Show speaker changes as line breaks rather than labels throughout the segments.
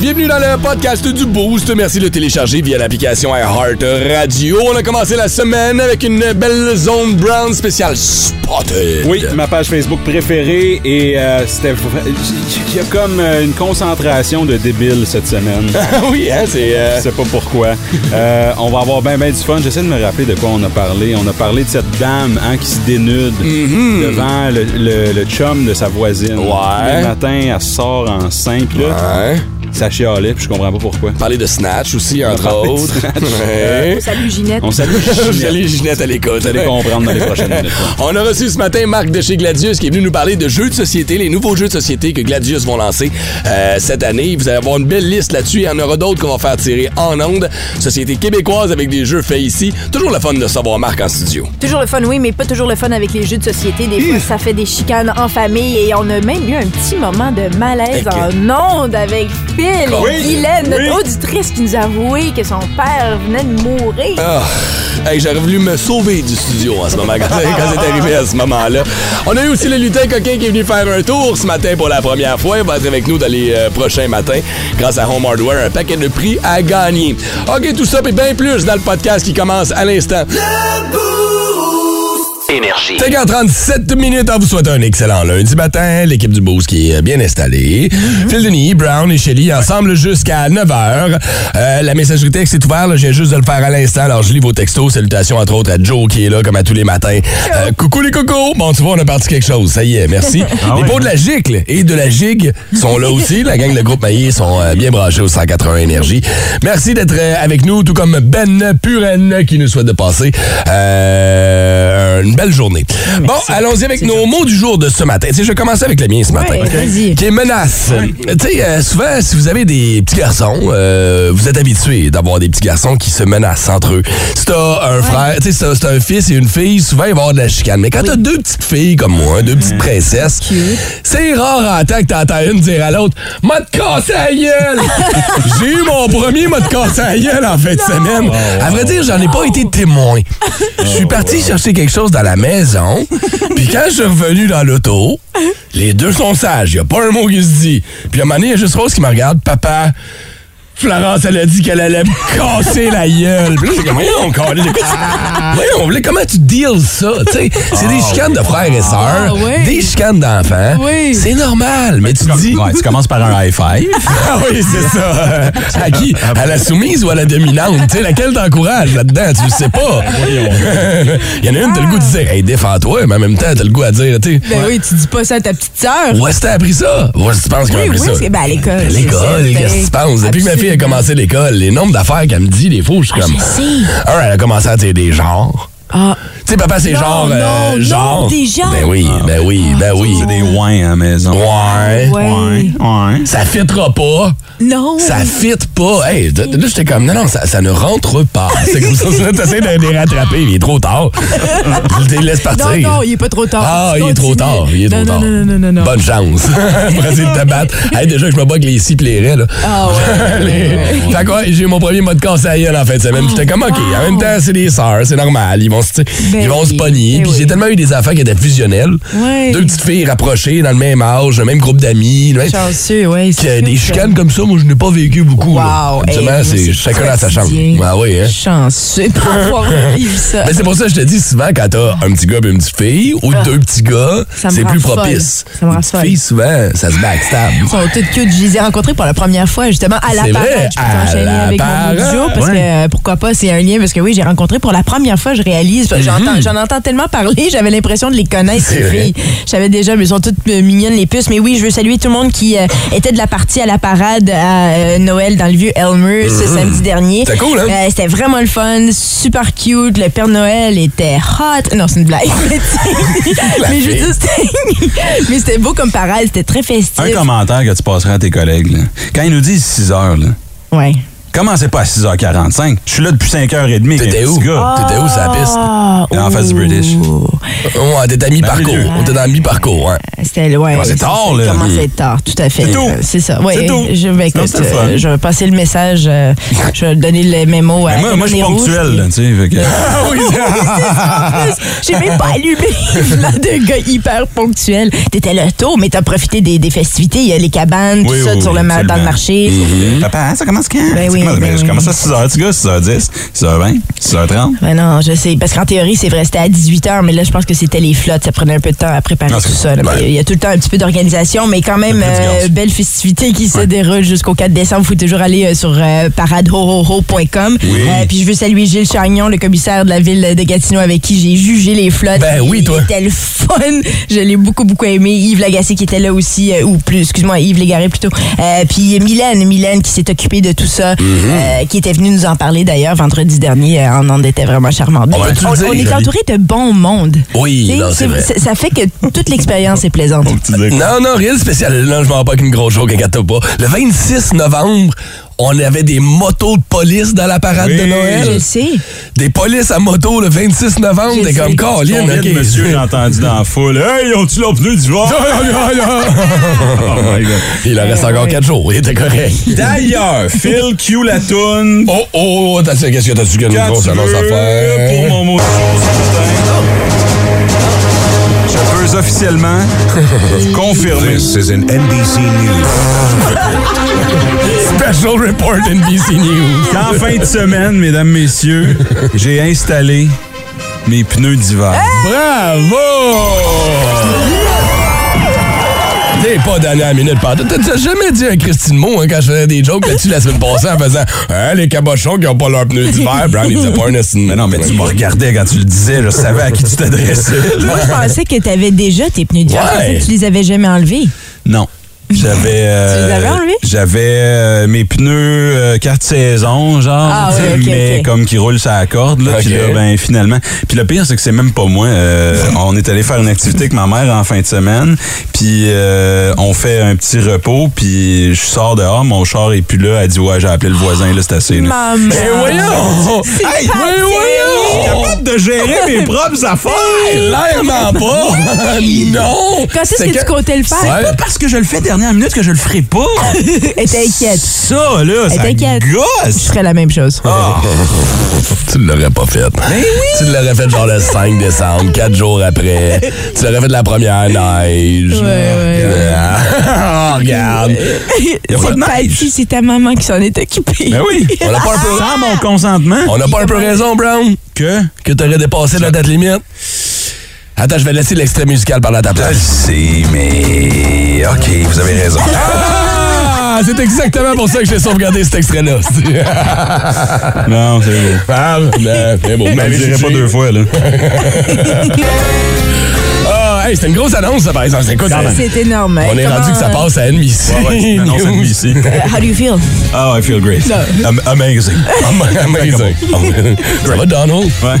Bienvenue dans le podcast du Boost. Merci de le télécharger via l'application iHeart Radio. On a commencé la semaine avec une belle zone brown spéciale spotted.
Oui, ma page Facebook préférée et euh, c'était vra- il y a comme euh, une concentration de débiles cette semaine.
oui, hein, c'est. euh,
Je sais pas pourquoi. Euh, on va avoir bien ben du fun. J'essaie de me rappeler de quoi on a parlé. On a parlé de cette dame hein, qui se dénude Mm-hmm. devant le, le- le chum de sa voisine.
Ouais.
Le matin, elle sort enceinte. Puis là,
Hein?
ça chialait, puis je comprends pas pourquoi.
Parler de Snatch aussi, entre
parler de
autres.
Snatch. Euh,
Ouais.
Salut Ginette.
On salue Ginette.
Salut Ginette à l'écoute.
Vous allez comprendre dans les prochaines minutes.
On a reçu ce matin Marc de chez Gladius qui est venu nous parler de jeux de société, les nouveaux jeux de société que Gladius vont lancer euh, cette année. Vous allez avoir une belle liste là-dessus. Il y en aura d'autres qu'on va faire tirer en ondes. Société québécoise avec des jeux faits ici. Toujours le fun de savoir Marc en studio.
Toujours le fun, oui, mais pas toujours le fun avec les jeux de société. Des fois, ça fait des chicanes en famille et on a même eu un petit moment de malaise
Ok.
en onde avec Phil
Oui,
et Guylaine,
oui.
notre auditrice qui nous a avoué que son père venait de mourir.
Ah, hey, j'aurais voulu me sauver du studio en ce moment, quand, quand c'est arrivé à ce moment-là. On a eu aussi le lutin coquin qui est venu faire un tour ce matin pour la première fois. Il va être avec nous dans les euh, prochains matins grâce à Home Hardware, un paquet de prix à gagner. OK, tout ça et bien plus dans le podcast qui commence à l'instant.
Énergie.
5h37 minutes, on vous souhaite un excellent lundi matin. L'équipe du Boost qui est bien installée. Phil Denis, Brown et Shelly ensemble jusqu'à 9h. Euh, la messagerie texte est ouverte, là. je viens juste de le faire à l'instant. Alors, je lis vos textos. Salutations, entre autres, à Joe qui est là comme à tous les matins. Euh, coucou les cocos! Bon, tu vois, on a parti quelque chose. Ça y est, merci. les pots de la gicle et de la gigue sont là aussi. La gang de groupe Maillé sont euh, bien branchés au 180 Énergie. Merci d'être euh, avec nous, tout comme Ben Puren qui nous souhaite de passer euh, une belle journée. Bon, allons-y avec nos mots du jour de ce matin. Tu sais, je vais commencer avec le mien ce matin.
Ok. vas-y.
Qui est menace. Tu sais, euh, souvent, si vous avez des petits garçons, euh, vous êtes habitués d'avoir des petits garçons qui se menacent entre eux. Si t'as un frère, tu sais, si t'as- si t'as un fils et une fille, souvent, il va y avoir de la chicane. Mais quand t'as deux petites filles comme moi, deux petites princesses, c'est rare en temps que t'entends une dire à l'autre « M'a te casser la gueule! » J'ai eu mon premier « M'a te casser la gueule » en fin de semaine. À vrai dire, j'en ai pas été témoin. Je suis parti chercher quelque chose dans la maison, puis quand je suis revenu dans l'auto, les deux sont sages, y a pas un mot qui se dit. Puis à un moment donné, il y a juste Rose qui me regarde, papa. Florence, elle a dit qu'elle allait me casser la gueule. Puis là, j'ai comme, voyons, câlisse, de quoi tu- voyons, là, comment tu deals ça? tu sais? c'est des chicanes de frères et sœurs, des chicanes d'enfants. C'est normal, mais tu te dis.
Ouais, tu commences par un high five. Ah,
Ah oui, c'est ça. Euh, à qui? À la soumise ou à la dominante? Tu sais, laquelle t'encourage là-dedans? Tu le sais pas. Il y en a une, t'as le goût de dire, hey, défends-toi, mais en même temps, t'as le goût à dire, tu sais,
Ben oui, tu dis pas ça à ta petite sœur.
où est-ce que t'as appris ça? Où est-ce que tu penses qu'on a
Oui,
appris
oui,
ça?
c'est ben à l'école.
À
c'est ben,
L'école,
certain.
qu'est-ce que tu penses? Depuis que ma fille a commencé l'école, les nombres d'affaires qu'elle me dit, des fois, je suis comme. Ah, elle a commencé à dire des genres.
Ah.
Tu sais, papa, c'est
Non,
genre. euh,
non, non,
genre.
des genres. Ah,
Ben oui, ben oui, ben oui.
C'est des wins à la maison.
Eh, Ouais.
Ouais.
Ouais.
Ça fitera pas.
Non.
Ça fit pas. Hey, d- là, j'étais comme, non, non, ça, ça ne rentre pas. C'est comme ça, là, t'essaies de les rattraper, il est trop tard. Je les laisse partir.
non, non, il est pas trop tard.
Ah, il est trop
Continue.
tard. Il est
non,
trop tard.
non, Non, non, non, non, non.
Bonne chance. Pour essayer de te battre. Hey, déjà que je me bats avec les six et les raies, là.
Ah ouais.
Les- Fait quoi, j'ai eu mon premier mode casse à la gueule en fin de semaine. Puis J'étais comme, OK, en même temps, c'est des sœurs, c'est normal. Ils vont se, ils vont se
oui,
pogner.
ben
Puis j'ai
oui.
tellement eu des affaires qui étaient fusionnelles.
Ouais.
Deux petites filles rapprochées dans le même âge, le même groupe d'amis. le même-
Chanceux, ouais.
que
c'est sûr
des
que-
chicanes comme ça, moi, je n'ai pas vécu beaucoup. là.
Wow.
Habituellement,
hey,
c'est
moi,
chacun à sa chambre.
quotidien.
Ah oui, hein?
Chanceux d'avoir vécu ça.
Mais c'est pour ça que je te dis souvent, quand t'as un petit gars et une petite fille, ou deux petits gars,
Ah. Ça me
c'est plus
raffole.
propice.
Ça me
Les petites
raffole.
filles, souvent, ça se backstab.
Ils sont toutes cute. Je les ai rencontrées pour la première fois, justement, à la
C'est
parade.
vrai,
Je peux
à
t'enchaîner
la
avec mon
parade.
audio, parce
Ouais.
que euh, pourquoi pas, c'est un lien. Parce que oui, j'ai rencontré pour la première fois, je réalise. parce que j'entends- J'en entends tellement parler, j'avais l'impression de les connaître,
Mhm. C'est
ces
vrai.
filles. J'avais déjà, mais elles sont toutes euh, mignonnes, les puces. Mais oui, je veux saluer tout le monde qui euh, était de la partie à la parade à euh, Noël dans le vieux Elmer ce samedi dernier.
Mhm. C'était cool, hein?
Euh, C'était vraiment le fun, super cute. Le Père Noël était hot. Non, c'est une blague. Mais tu sais,
La
mais je veux
fille.
dire, c'était- mais c'était beau comme parade, c'était très festif.
Un commentaire que tu passeras à tes collègues. là. Quand ils nous disent 6 heures, là,
Ouais.
commencez pas à 6h45. Je suis là depuis 5h30.
T'étais où? T'étais où, sur la piste?
Ah,
En face du
ouh.
British.
Ouais, t'es à mi-parcours. On était dans mi-parcours, ouais.
Euh, C'était loin.
Commençait tard, là.
Commençait tard, tout à fait.
C'est tout.
Euh, C'est ça. Ouais,
C'est tout.
Je, ben,
Sinon,
écoute,
c'est le fun.
euh, je vais passer le message, euh, je vais donner le mémo à.
Mais moi, moi, je suis
René Rouge,
ponctuel, là, tu sais. fait que-
Ah puis- J'ai même pas allumé. V'là de gars hyper ponctuel. T'étais là tôt, mais t'as profité des, des festivités. Il y a les cabanes, tout
Oui,
ça,
oui,
sur le ma- dans le
absolument.
marché.
Mhm.
Papa, hein, ça commence quand?
Ben
Ça
oui,
commence-
ben
je
oui.
commence à 6h, tu gars, 6h10, 6h20, 6h30.
Ben non, je sais. Parce qu'en théorie, c'est vrai, c'était à 18h, mais là, je pense que c'était les flottes. Ça prenait un peu de temps à préparer
Ah,
tout
c'est-
ça. là. Mais Il y a tout le temps un petit peu d'organisation, mais quand même,
Le prix du
euh,
gaz.
belle festivité qui se déroule jusqu'au 4 décembre. Vous faut toujours aller euh, sur euh, paradehohoho.com. Euh, puis je veux saluer Gilles Chagnon, le commissaire de la ville de Gatineau, avec qui j'ai jugé les flottes.
Ben
Il-
oui, toi.
Il était le fun. Je l'ai beaucoup, beaucoup aimé. Yves Lagacé qui était là aussi, euh, ou plus, excuse-moi, Yves Légaré plutôt. Euh, puis Mylène, Mylène qui s'est occupée de tout
Mhm.
ça, euh, qui était venue nous en parler d'ailleurs vendredi dernier. Euh, on en était vraiment charmante.
On
Mais
peut-tu
on,
le dire,
on est
Julie?
entouré de bon monde.
Oui,
Tu sais,
non, c'est vrai.
Ça, ça fait que toute l'expérience est plaisante.
Mon petit Dieu.
Non, non, rien de spécial. Non, je m'en pas qu'une grosse joke, inquiète pas. Le 26 novembre, on avait des motos de police dans la parade
Oui.
de
Je le
Noël.
sais.
Des polices à moto le 26 novembre.
Je
T'es comme
sais.
Colin,
Combien de
ok.
monsieur j'ai entendu dans la foule? Hey, ils ont-tu leur pneu du vent? Oh my God.
Il en reste encore 4 jours. Il était correct.
Eh D'ailleurs, Phil Q la toune.
Oh, oh, oh, t'as qu'est-ce que t'as-tu qu'une
Quand
grosse
tu
annonce à
veux,
faire?
Pour mon mot de jour ce matin. Je peux officiellement confirmer.
This is an NBC News.
Special Report NBC News.
Qu'en fin de semaine, mesdames, messieurs, j'ai installé mes pneus d'hiver.
Bravo! T'es pas dernier à la minute pas. T'as t'as jamais dit un Christine Mot hein, quand je faisais des jokes là-dessus la semaine passée en faisant Hein, les cabochons qui ont pas leurs pneus d'hiver, Brown, ils faisaient pas un estime.
Mais non, mais tu me regardais quand tu le disais, je savais à qui tu t'adressais. là.
Moi, je pensais que tu avais déjà tes pneus d'hiver. Je
Ouais.
pensais que Tu les avais jamais enlevés.
Non. J'avais. euh,
Tu les avais enlevés?
J'avais euh, mes pneus euh, quatre saisons, genre,
Ah
tu sais,
oui, ok,
mais
ok.
comme qui roulent sa corde, là. Puis
Ok.
là, ben, finalement. Puis le pire, c'est que c'est même pas moi. Euh, on est allé faire une activité avec ma mère en fin de semaine. Puis euh, on fait un petit repos. Puis je sors dehors, mon char est plus là. Elle dit, ouais, j'ai appelé le voisin, là, c'est assez. là.
Maman.
Mais voyons! Oh, Hey, oh. mais
Je suis
voyons!
capable de gérer mes propres affaires!
Clairement pas! non!
Quand est-ce
C'est
que, tu comptais le faire?
Ouais.
Pas parce que je le fais dernière minute que je le ferai pas.
Et t'inquiète.
Ça, là, ça
Eh, t'inquiète. Je
gosse.
ferais la même chose.
Tu l'aurais pas fait. Tu l'aurais fait genre le 5 décembre, 4 jours après. Tu l'aurais fait la première neige.
Ouais, ouais, ouais.
Ah, regarde.
Il a pas de
Patty,
neige.
c'est ta maman qui s'en est occupée.
Ben oui.
On a pas un peu-
Ah,
Sans mon consentement.
On n'a pas un peu raison, Brown,
Que?
que t'aurais dépassé la date limite. Attends, je vais laisser l'extrait musical parler à ta
Je le
place.
sais, mais. OK, vous avez raison.
Ah, c'est exactement pour ça que j'ai sauvegardé cet extrait-là.
non, c'est beau.
Ah, ben, c'est beau.
Mais je dirais pas deux fois, là.
Ah, hey, c'était une grosse annonce, ça, par exemple. C'est quoi, ça?
C'est énorme.
On est
Comment,
rendu que ça
euh,
passe à NBC.
Non, c'est
News.
NBC.
How do you feel?
Oh, I feel great. Am- amazing.
Amazing. Ça va, Donald?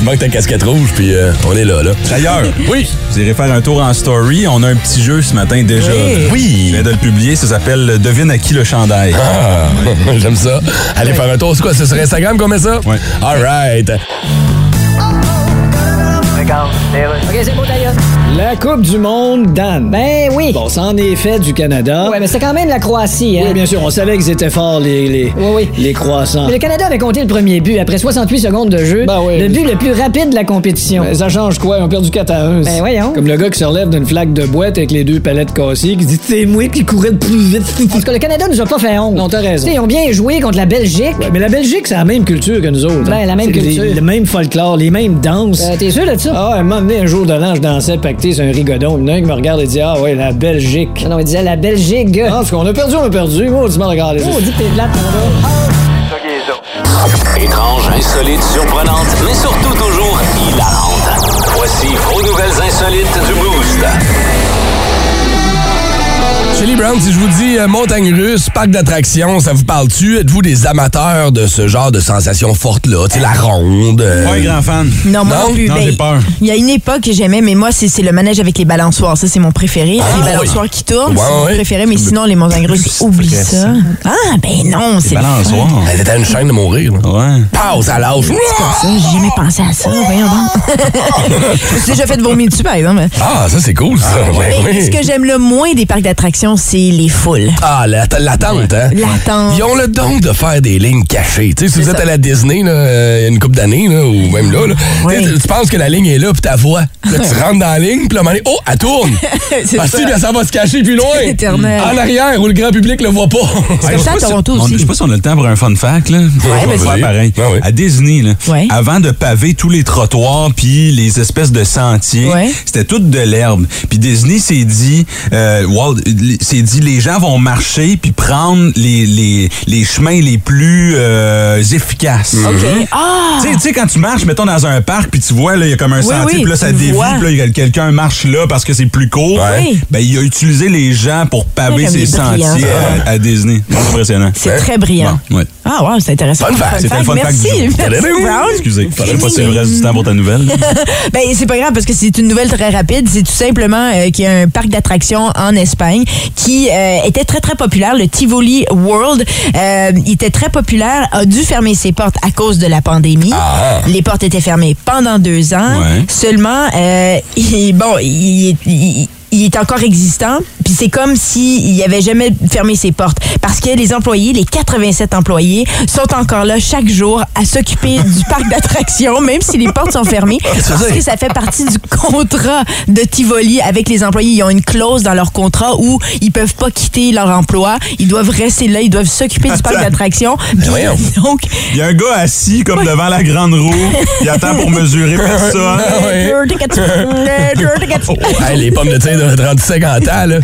Il manque ta casquette rouge, puis euh, on est là, là.
D'ailleurs,
Oui.
vous irez faire un tour en story. On a un petit jeu ce matin déjà.
Oui.
Oui.
Je viens de le publier. Ça s'appelle euh, Devine à qui le chandail.
Ah, J'aime ça. Allez faire un tour. C'est quoi? C'est sur Instagram qu'on met ça?
Ouais.
All right.
La Coupe du Monde, Dan.
Ben oui.
Bon, c'en est fait du Canada.
Ouais, mais c'est quand même la Croatie, hein.
Oui, bien sûr, on savait qu'ils étaient forts, les, les,
Oui, oui.
les croissants.
Mais le Canada avait compté le premier but après 68 secondes de jeu.
Ben oui.
Le but le plus rapide de la compétition.
Ben, ça change quoi? Ils ont perdu 4 à 1.
Ben voyons.
Comme le gars qui se relève d'une flaque de boîte avec les deux palettes cassées, qui dit C'est moi qui courais le plus vite.
En tout cas, le Canada nous a pas fait honte.
Non, t'as raison.
Tu sais, ils ont bien joué contre la Belgique.
Ouais, mais la Belgique, c'est la même culture que nous autres.
Ben,
hein.
la même
C'est les-
culture.
le même folklore, les mêmes danses.
Euh, T'es sûr de ça?
Ah, elle m'a amené un jour de l'an, je dansais pacté sur un rigodon. Il y en a un qui me regarde et dit Ah, ouais, la Belgique.
Non, non, il disait la Belgique.
Ah, parce qu'on a perdu, on a perdu. Moi, tu m'as regardé.
Oh, dis que t'es plate, Canada.
Étrange, insolite, surprenante, mais surtout toujours hilarante. Voici vos nouvelles insolites du Boost.
Chez les Brown, si je vous dis euh, montagne russe, parc d'attractions, ça vous parle-tu? Êtes-vous des amateurs de ce genre de sensations fortes-là? Tu sais, la ronde.
Ah.
euh,
Pas un grand fan.
Non, moi non, plus.
Non,
Ben,
j'ai peur.
Il y a une époque que j'aimais, mais moi, c'est c'est le manège avec les balançoires. Ça, c'est mon préféré.
Ah,
les balançoires qui tournent,
Ouais,
c'est mon
ouais.
préféré. Mais sinon, les montagnes russes, oublie ça. Ah, ben non, c'est le fun.
Balançoire.
Elle était à une chaîne de mourir. Là.
Ouais.
Pause à l'âge.
Ça, J'ai jamais pensé à ça. Voyons
Ah.
donc. Je me suis déjà fait vomir dessus, par
Ben
exemple.
Ah, ça, c'est cool, ça. Ouais,
Mais
oui.
ce que j'aime le moins des parcs d'attractions, c'est les foules.
Ah, la- l'attente, hein?
L'attente.
Ils ont le don de faire des lignes cachées. Tu sais, si vous êtes à la Disney, là, euh, il y a une couple d'années, là, ou même là, là,
Oui.
tu sais, tu- tu penses que la ligne est là, puis ta voix. Là, tu rentres dans la ligne, puis là, à un moment donné, oh, elle tourne!
C'est
Parce que
ça.
là, ça va se cacher plus loin.
Éternel.
En arrière, où le grand public le voit pas.
C'est comme ça à
Je sais pas si-
Toronto
on- Je
aussi.
sais pas si on a le temps pour un fun fact. Là. on va
vas-y.
faire pareil.
Ah oui.
À Disney, là,
Ouais.
avant de paver tous les trottoirs puis les espèces de sentiers,
Ouais.
c'était toute de l'herbe. Puis Disney s'est dit, euh, Walt, euh, s'est dit, les gens vont marcher puis prendre les, les, les chemins les plus euh, efficaces.
Ah,
Tu sais- tu sais, quand tu marches, mettons, dans un parc, puis tu vois, là, il y a comme un sentier,
oui,
puis là, ça
tu le
dévie,
vois.
puis là, il y a quelqu'un marche là parce que c'est plus court.
Ouais.
Oui.
Ben, il a utilisé les gens pour paver
Ouais, comme
ses
il est brillant.
sentiers à, à Disney. C'est impressionnant.
C'est très brillant.
Bon, ouais.
Ah, wow, c'est intéressant.
Fun fact.
C'était le fun fact
Merci,
du jour.
merci, Brown.
Excusez, je sais pas si le reste du temps pour ta nouvelle.
Ben, c'est pas grave parce que c'est une nouvelle très rapide. C'est tout simplement euh, qu'il y a un parc d'attractions en Espagne qui euh, était très, très populaire, le Tivoli World. Euh, il était très populaire, a dû fermer ses portes à cause de la pandémie.
Ah,
Les portes étaient fermées pendant deux ans.
Ouais.
Seulement, euh, il- bon, il est- il- il est encore existant, puis c'est comme s'il n'avait jamais fermé ses portes. Parce que les employés, les 87 employés, sont encore là chaque jour à s'occuper du parc d'attractions, même si les portes sont fermées. Parce que ça fait partie du contrat de Tivoli avec les employés. Ils ont une clause dans leur contrat où ils peuvent pas quitter leur emploi. Ils doivent rester là, ils doivent s'occuper du parc
Attends.
d'attractions. Puis
voyons.
donc,
Il y a un gars assis comme devant la grande roue. Il attend pour mesurer personne.
Ah Hey, les pommes de terre de 35 ans, là. Le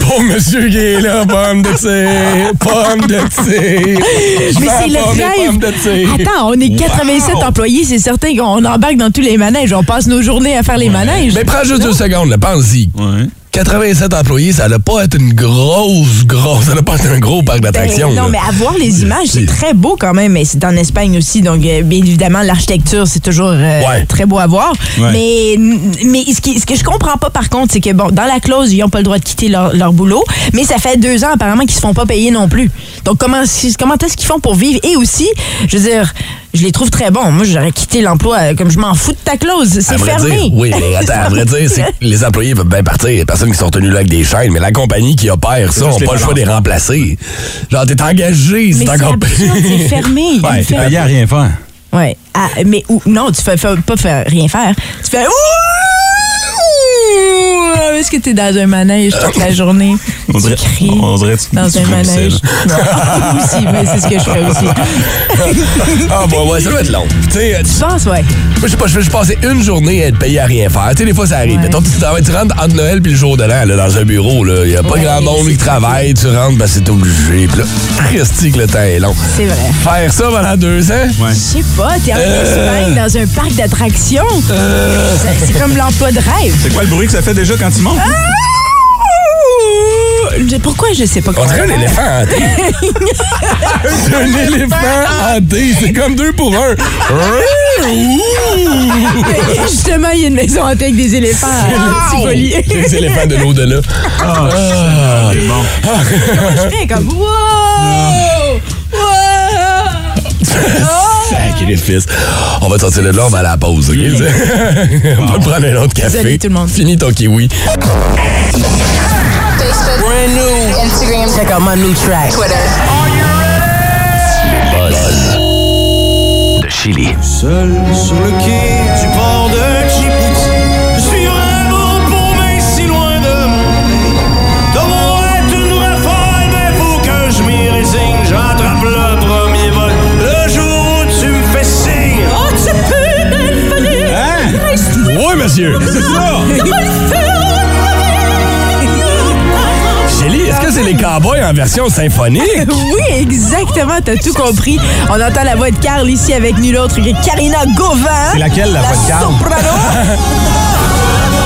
pauvre monsieur qui est là, pommes de terre, pommes de terre. Je
Mais
vais
c'est le
avoir mes pommes de terre.
rêve. Attends, on est 87
Wow.
employés, c'est certain qu'on embarque dans tous les manèges. On passe nos journées à faire les manèges.
Mais prends juste deux secondes, là, pense-y.
Ouais.
87 employés, ça n'a pas été une grosse, grosse, ça n'a pas été un gros parc d'attractions.
Ben, non,
là.
mais à voir les images, c'est très beau quand même. Mais c'est en Espagne aussi, donc euh, bien évidemment, l'architecture, c'est toujours euh,
Ouais.
très beau à voir.
Ouais.
Mais, mais ce, qui- ce que je comprends pas, par contre, c'est que bon, dans la clause, ils n'ont pas le droit de quitter leur, leur boulot, mais ça fait deux ans apparemment qu'ils se font pas payer non plus. Donc comment, si- comment est-ce qu'ils font pour vivre? Et aussi, je veux dire, je les trouve très bons. Moi, j'aurais quitté l'emploi, euh, comme je m'en fous de ta clause,
À
c'est
vrai
fermé.
dire, oui, mais attends, à vrai dire, c'est que les employés veulent bien partir. Les personnes qui sont tenues là avec des chaînes, mais la compagnie qui opère ça, on
juste
pas le
les
choix de les remplacer. Genre, t'es engagé,
Mais
c'est
c'est
encore
absurde, c'est fermé. Ils
Ouais, t'es
ferment.
payé à rien faire.
Ouais. Ah, mais ou, non, tu fais, fais pas faire rien faire. Tu fais Ouh! Est-ce que t'es dans un manège toute la journée?
On dirait,
tu cries
on dirait que tu-
dans
tu
un
fais
manège.
ça,
Non, aussi, mais c'est ce que je fais aussi.
Ah, ouais, ouais, ça doit être long. Tu sais, euh, tu-
Je pense, ouais.
Moi, je sais pas, je je passais une journée à être payé à rien faire. Tu sais, des fois, ça arrive.
Ouais.
Mettons, tu, travailles, tu rentres entre Noël puis le jour de l'an, là, dans un bureau, là. Il y a pas
Ouais,
grand monde
c'est
qui travaille. Tu rentres, ben, c'est obligé. Puis là, Christy, que le temps est long.
C'est vrai.
Faire ça pendant deux ans?
Ouais.
Je sais pas, t'es en
Euh.
Espagne dans un parc d'attractions. C'est- C'est comme l'emploi de rêve.
C'est quoi le bruit que ça fait déjà quand tu montes?
Ah! Je- Pourquoi je sais pas
On
comment
dirait un
faire.
éléphant hanté. C'est un éléphant hanté. C'est comme deux pour un.
Ah, Justement, il y a une maison hantée avec des éléphants. à Tivoli.
Les éléphants de l'au-delà. Ah.
Je serais comme wow! Wow!
Sacrifice. On va te sortir de là, on va à la pause, OK? on va prendre un autre café.
Désolé, tout le monde.
Fini ton kiwi.
Instagram,
Check out my new track.
Twitter.
de Chili.
Seul sur le quai du port de Djibouti, je suis vraiment pour mais si loin de moi. Dans mon être une rafale, mais faut que je m'y résigne. J'attrape le premier vol le jour où tu me fais signe.
Oh, tu peux, belle famille!
Hein?
Oui, monsieur. Chélie, est-ce que c'est les cowboys en version symphonique?
Eh Oui, exactement, t'as tout compris. On entend la voix de Carl ici avec nul autre que Karina Gauvin. C'est
laquelle, la voix de Karl?
soprano.
Avant, avant,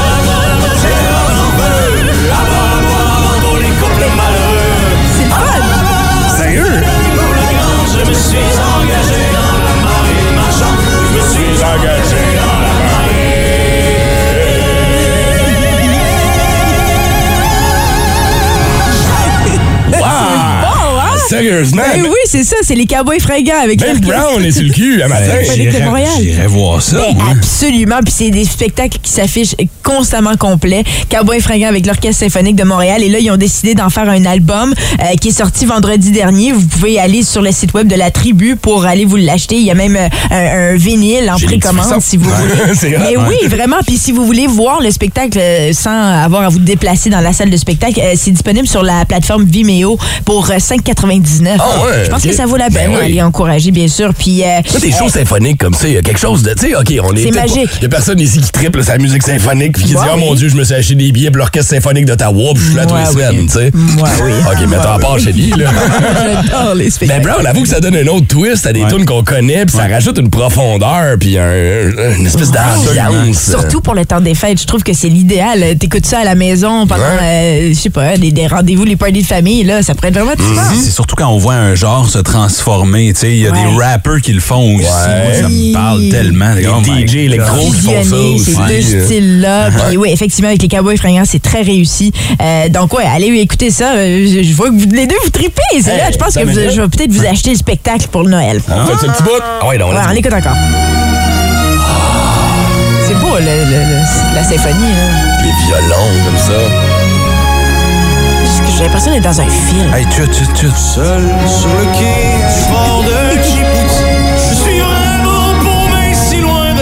avant, avant, les simple malheureux.
C'est le fun!
Sérieux? Pour la grande, je me suis engagé dans la marine marchande. Je me suis engagé dans la
Ah!
Wow! Sérieusement?
Eh
Ben oui, c'est ça, c'est les cowboys fringants avec
Ben
leur-
Brown est sur le cul à matin.
Ben, J'irais- Collecte Montréal. j'irais
voir ça.
Ben, absolument. Puis c'est des spectacles qui s'affichent constamment complets. Cowboy Fringant avec l'Orchestre symphonique de Montréal. Et là, ils ont décidé d'en faire un album euh, qui est sorti vendredi dernier. Vous pouvez aller sur le site web de la tribu pour aller vous l'acheter. Il y a même euh, un, un vinyle en
J'ai des petits frissons.
précommande si vous
Ouais, c'est
voulez.
hot,
Mais
ouais.
oui, vraiment. Puis si vous voulez voir le spectacle euh, sans avoir à vous déplacer dans la salle de spectacle, euh, c'est disponible sur la plateforme Vimeo pour euh, 5,99.
Ah ouais,
Je pense
ok.
que ça vaut la
Ben
peine
oui.
d'aller encourager, bien sûr. Puis euh,
Là, des
euh,
shows symphoniques comme ça, il y a quelque chose de. Tu sais, OK, on est.
C'est
peut-être
magique.
pas- Il y a personne ici qui triple sa musique symphonique puis qui
Moi,
dit Oh mon
oui.
Dieu, je me suis acheté des billets pour l'Orchestre symphonique d'Ottawa puis je suis là tous les
Moi, oui.
semaines, tu sais.
Moi, oui.
OK, mettons à part chez lui, là.
J'adore les
Ben
spectacles.
Brown, avoue que ça donne un autre twist à des tunes qu'on connaît, puis ça rajoute une profondeur, puis un- un- une espèce d'ambiance. hein.
Surtout pour le temps des fêtes, je trouve que c'est l'idéal. T'écoutes ça à la maison pendant, euh, je sais pas, des, des rendez-vous, les parties de famille, là, ça pourrait être
Mhm.
vraiment du fun.
C'est surtout quand on voit un genre se transformer. tu sais, Il y a
Ouais.
des rappers qui le font aussi. Moi, ça me parle tellement.
Les
Oh my
DJ électro qui font ça
Fusionner ces
aussi.
deux
euh.
styles-là. Puis oui, effectivement, avec les cowboys fringants, c'est très réussi. Euh, donc ouais, allez écouter ça. Euh, Je, je vois que vous, les deux vous tripez. C'est
Hey,
là, je pense
ça
que vous-
m'étonne.
je vais peut-être vous acheter le spectacle pour le Noël.
On fait un petit bout? Ah ouais, non,
Ouais,
let's
on
go.
écoute encore. C'est beau, le- le- le- la symphonie. là.
les violons comme ça.
J'ai l'impression d'être dans un film.
Hey, tu, tu, tu.
Seul sur le quai du port de Djibouti, je suis vraiment pour mais si loin de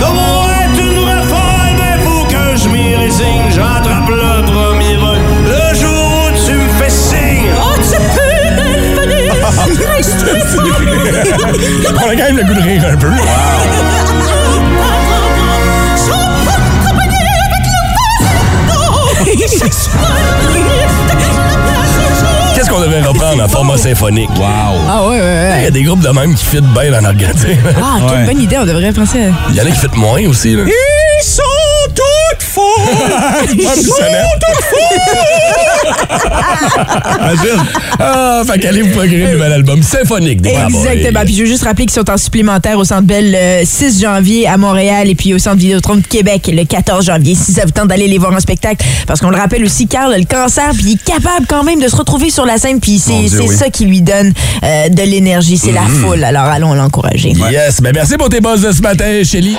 De mon rêve d'une rafale, mais faut que je m'y résigne. J'attrape le premier vol le jour où tu me fais signe.
Oh,
On a quand même le goût de rire un peu. Qu'est-ce qu'on devait reprendre en format symphonique? Wow!
Ah ouais, ouais, ouais.
Il y a des groupes de même qui fit bien dans notre gâteau.
Ah, quelle
Ouais.
bonne idée, on devrait penser. à-
Il y en a qui fit moins aussi. Là.
Ils sont toutes faux!
Ah, puis ça net. Imagine. Ah, fait qu'allez vous procurer le nouvel album symphonique des
Exactement. Puis je veux juste rappeler qu'ils sont en supplémentaire au Centre Bell le 6 janvier à Montréal et puis au Centre Vidéotron de Québec le 14 janvier. Si ça vous tente d'aller les voir en spectacle, parce qu'on le rappelle aussi, Carl a le cancer, puis il est capable quand même de se retrouver sur la scène, puis
Mon Dieu,
c'est c'est
oui. Mhm.
ça qui lui donne euh, de l'énergie. C'est la foule. Alors allons l'encourager.
Yes, ben merci pour tes buzz de ce matin, Shelly.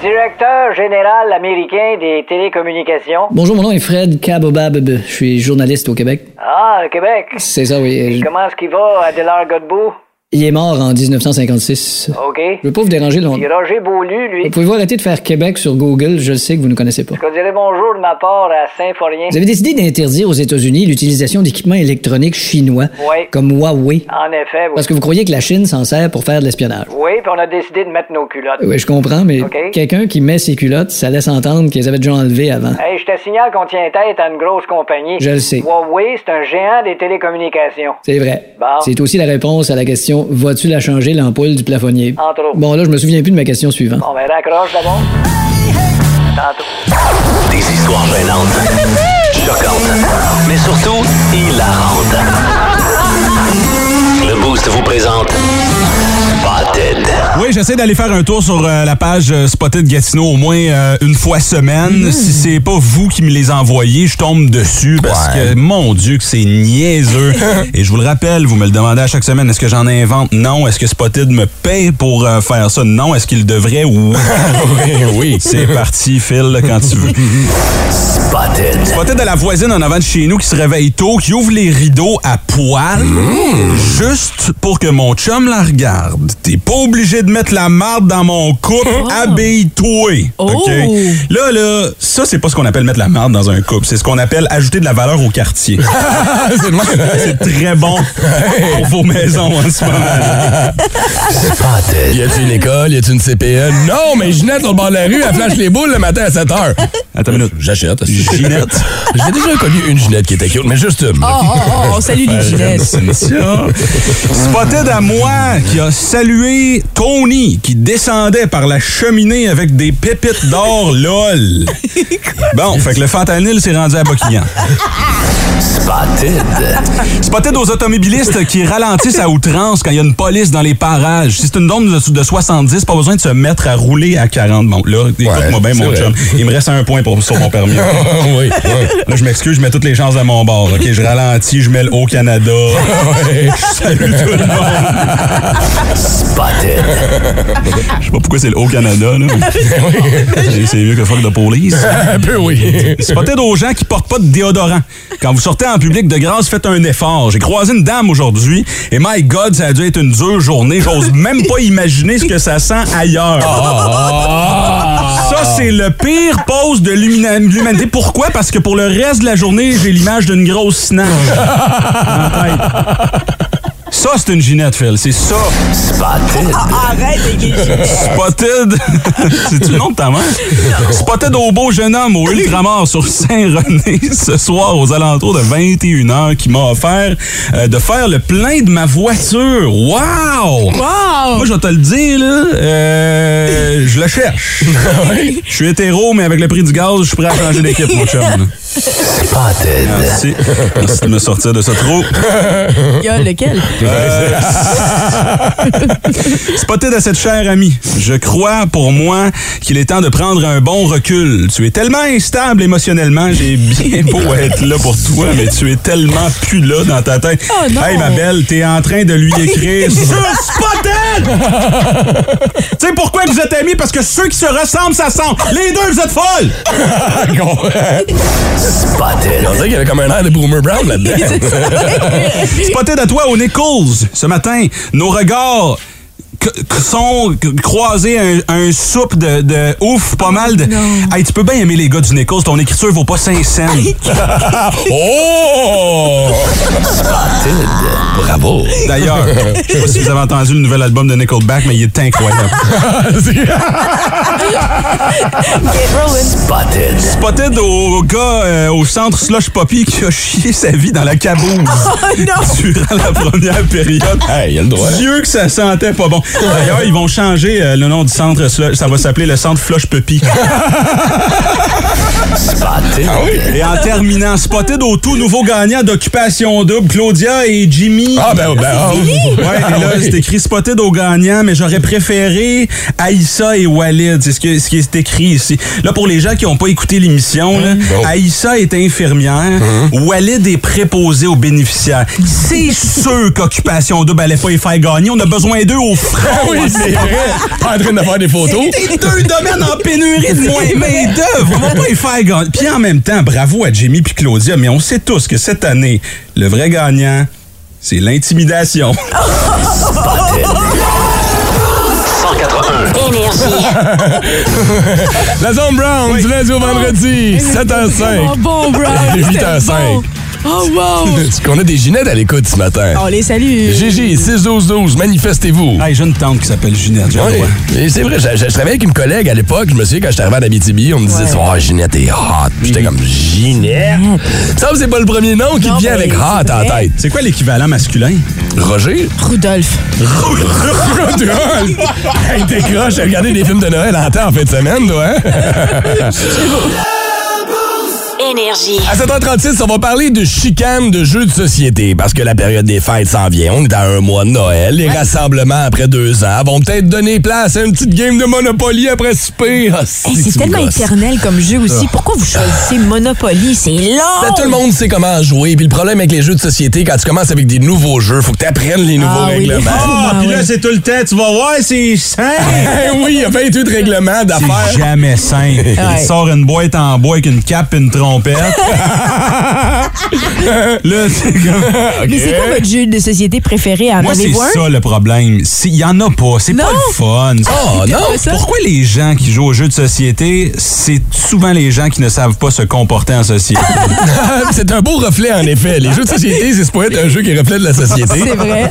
Directeur général américain des télécommunications.
Bonjour, mon nom est Fred Kabobab. Je suis journaliste au Québec.
Ah, Québec.
C'est ça, oui. Je-
Comment est-ce qu'il va, Adélard Godbout?
Il est mort en 1956.
OK.
Je veux pas vous déranger
Puis
longtemps.
Roger Beaulieu, lui.
Pouvez-vous arrêter de faire Québec sur Google? Je le sais que vous ne connaissez pas.
Je dirais bonjour de ma part à Saint-Forien.
Vous avez décidé d'interdire aux États-Unis l'utilisation d'équipements électroniques chinois
Ouais.
comme Huawei
En effet, oui.
parce que vous croyez que la Chine s'en sert pour faire de l'espionnage.
Oui, puis on a décidé de mettre nos culottes.
Oui, je comprends, mais
Ok.
quelqu'un qui met ses culottes, ça laisse entendre qu'ils avaient déjà enlevé avant.
Hey, je te signale qu'on tient tête à une grosse compagnie.
Je le sais.
Huawei, c'est un géant des télécommunications.
C'est vrai.
Bon.
C'est aussi la réponse à la question Vas-tu la changer l'ampoule du plafonnier
Entre autres.
Bon, là, je me souviens plus de ma question suivante.
On va raccroche d'abord. Tantôt.
Des histoires gênantes, choquantes, mais surtout hilarantes. Le Boost vous présente Spotted.
Oui, j'essaie d'aller faire un tour sur euh, la page euh, Spotted Gatineau au moins euh, une fois semaine. Si c'est pas vous qui me les envoyez, je tombe dessus parce que mon Dieu que c'est niaiseux. Et je vous le rappelle, vous me le demandez à chaque semaine, est-ce que j'en invente Non. Est-ce que Spotted me paye pour euh, faire ça Non. Est-ce qu'il devrait Oui. oui. C'est parti, Phil, quand tu veux.
Spotted.
Peut-être de la voisine en avant de chez nous qui se réveille tôt, qui ouvre les rideaux à poil, juste pour que mon chum la regarde. T'es pas obligé de mettre la marde dans mon couple, habille-toi. OK?
Oh.
Là, là, ça, c'est pas ce qu'on appelle mettre la marde dans un couple. C'est ce qu'on appelle ajouter de la valeur au quartier. c'est très bon pour vos maisons en ce moment.
Spotted.
Y a-tu une école? Y a-tu une CPE? Non, mais Ginette, sur le bord de la rue, elle flash les boules le matin à 7 h.
Attends une minute.
J'achète.
Ginette.
J'ai déjà connu une Ginette qui était cute, mais juste une.
Oh.
Oh, oh, oh, on salue
J'aime
les Ginettes.
ça. Spotted à moi qui a salué saluer Tony qui descendait par la cheminée avec des pépites d'or lol. Bon, fait que le fentanyl s'est rendu à Boquillan. Spotted. Spotted aux automobilistes qui ralentissent à outrance quand il y a une police dans les parages. Si c'est une zone de, de 70, pas besoin de se mettre à rouler à 40. Bon, là, écoute-moi bien,
c'est
mon
vrai.
chum. Il me reste un point pour, sur mon permis.
Oui,
Là, je m'excuse, je mets toutes les chances à mon bord. OK, je ralentis, je mets le Haut-Canada. Je salue tout le monde. Spotted. Je sais pas pourquoi c'est le Haut-Canada, là. C'est- C'est mieux que fuck de police.
Un peu, oui.
Spotted aux gens qui portent pas de déodorant. Quand vous sortez en public, de grâce, faites un effort. J'ai croisé une dame aujourd'hui et my God, ça a dû être une dure journée. J'ose même pas imaginer ce que ça sent ailleurs.
Ah!
Ça, c'est le pire pause de l'humina- l'humanité. Pourquoi? Parce que pour le reste de la journée, j'ai l'image d'une grosse snatch. En tête. Ça, c'est une ginette, Phil. C'est ça. Spotted.
Arrête
Spotted. C'est-tu le nom de ta mère? Spotted au beau jeune homme au Ultramar sur Saint-René ce soir aux alentours de 21h qui m'a offert euh, de faire le plein de ma voiture. Wow!
Wow!
Oh,
Moi, je vais te le dire, là, euh, je le cherche. Je suis hétéro, mais avec le prix du gaz, je suis prêt à changer d'équipe, mon chum. là.
Spotted.
Merci. Merci de me sortir de ce trou.
Il y a lequel?
Euh, Spotted à cette chère amie, je crois pour moi qu'il est temps de prendre un bon recul. Tu es tellement instable émotionnellement, j'ai bien beau être là pour toi, mais tu es tellement plus là dans ta tête. hey ma belle, t'es en train de lui écrire sur Spotted! tu sais pourquoi vous êtes amis? Parce que ceux qui se ressemblent, ça sent. Les deux, vous êtes folles!
Spotted. On dirait qu'il y avait comme un air de Boomer Brown là-dedans.
Spotted à toi au Nichols ce matin. Nos regards c- c- sont c- croisés à un, à un soupe de, de ouf, pas mal de. Hey, tu peux bien aimer les gars du Nichols, ton écriture vaut pas 5 cents. oh! Spotted. Bravo. D'ailleurs, je sais pas si vous avez entendu le nouvel album de Nickelback, mais il est incroyable. Spotted. Spotted au gars euh, au centre Slush Poppy qui a chié sa vie dans la caboose
Ah,
durant la première période.
Hey, il a le droit.
Dieu que ça sentait pas bon. D'ailleurs, ils vont changer euh, le nom du centre. Slush- Ça va s'appeler le centre Flush Puppy. Spotted.
Ah
Et en terminant, Spotted au tout nouveau gagnant d'Occupation Double, Claudia et Jimmy. Ah ben, ben
C'est
Ouais, et là,
Ah oui.
c'est écrit Spotted au gagnant, mais j'aurais préféré Aïssa et Walid. C'est ce, que- ce qui est écrit ici. Là, pour les gens qui n'ont pas écouté l'émission,
Hein?
là, Aïssa est infirmière, Walid est préposé aux bénéficiaires. C'est sûr qu'Occupation Double allait pas y faire gagner. On a besoin d'eux au front.
Ah Oui, c'est vrai. Pas en train de faire des photos.
C'est deux domaines en pénurie de moins main-d'œuvre. On va pas y faire gagner. Puis en même temps, bravo à Jimmy puis Claudia, mais on sait tous que cette année, le vrai gagnant, c'est l'intimidation.
181.
La zone Brown, du lundi au vendredi, 7h05.
Oh, Bon, Brown.
8h05.
Oh, wow.
C'est qu'on a des ginettes à l'écoute ce matin.
On les salue.
Gigi, 6-12-12, manifestez-vous.
Ah,
Hey, j'ai une tante qui s'appelle Ginette. j'ai le droit.
Ouais. Et C'est vrai, je, je- je travaillais avec une collègue à l'époque, je me souviens quand j'étais arrivé à Abitibi, on me disait Oh, Ginette est hot. Puis J'étais comme Ginette. Ça, c'est pas le premier nom qui
Non,
te vient
mais
avec
c'est
hot en
vrai.
tête.
C'est quoi l'équivalent masculin?
Roger?
Rudolph.
Rodolphe! Hey, décroche, j'ai regardé des films de Noël en temps en fin de semaine, toi, hein?
Énergie.
À 7h36, on va parler de chicanes de jeux de société parce que la période des fêtes s'en vient. On est à un mois de Noël. Les rassemblements après deux ans vont peut-être donner place à une petite game de Monopoly après souper. Ah,
Hey,
si
c'est
tu me
tellement
gosses.
éternel comme jeu aussi.
Ah.
Pourquoi vous choisissez Monopoly? C'est long!
Ben, tout le monde sait comment jouer. Puis le problème avec les jeux de société, quand tu commences avec des nouveaux jeux, faut que tu apprennes les nouveaux
Ah oui.
règlements.
Ah,
Ah,
puis là,
ouais.
c'est tout le temps. Tu vas voir, c'est simple.
Eh oui, il y a 28 règlements d'affaires.
C'est jamais simple. Il sort une boîte en bois avec une cape et une trompette. là, c'est comme...
Mais c'est quoi votre jeu de société préféré à
Moi, c'est
avez-vous un?
ça le problème. C'est- Il y en a pas. C'est pas
Non.
le fun.
Oh, non.
Pourquoi les gens qui jouent aux jeux de société, c'est souvent les gens qui ne savent pas se comporter en société?
Ah, c'est un beau reflet, en effet. Les jeux de société, c'est supposé être un jeu qui reflète la société.
C'est vrai.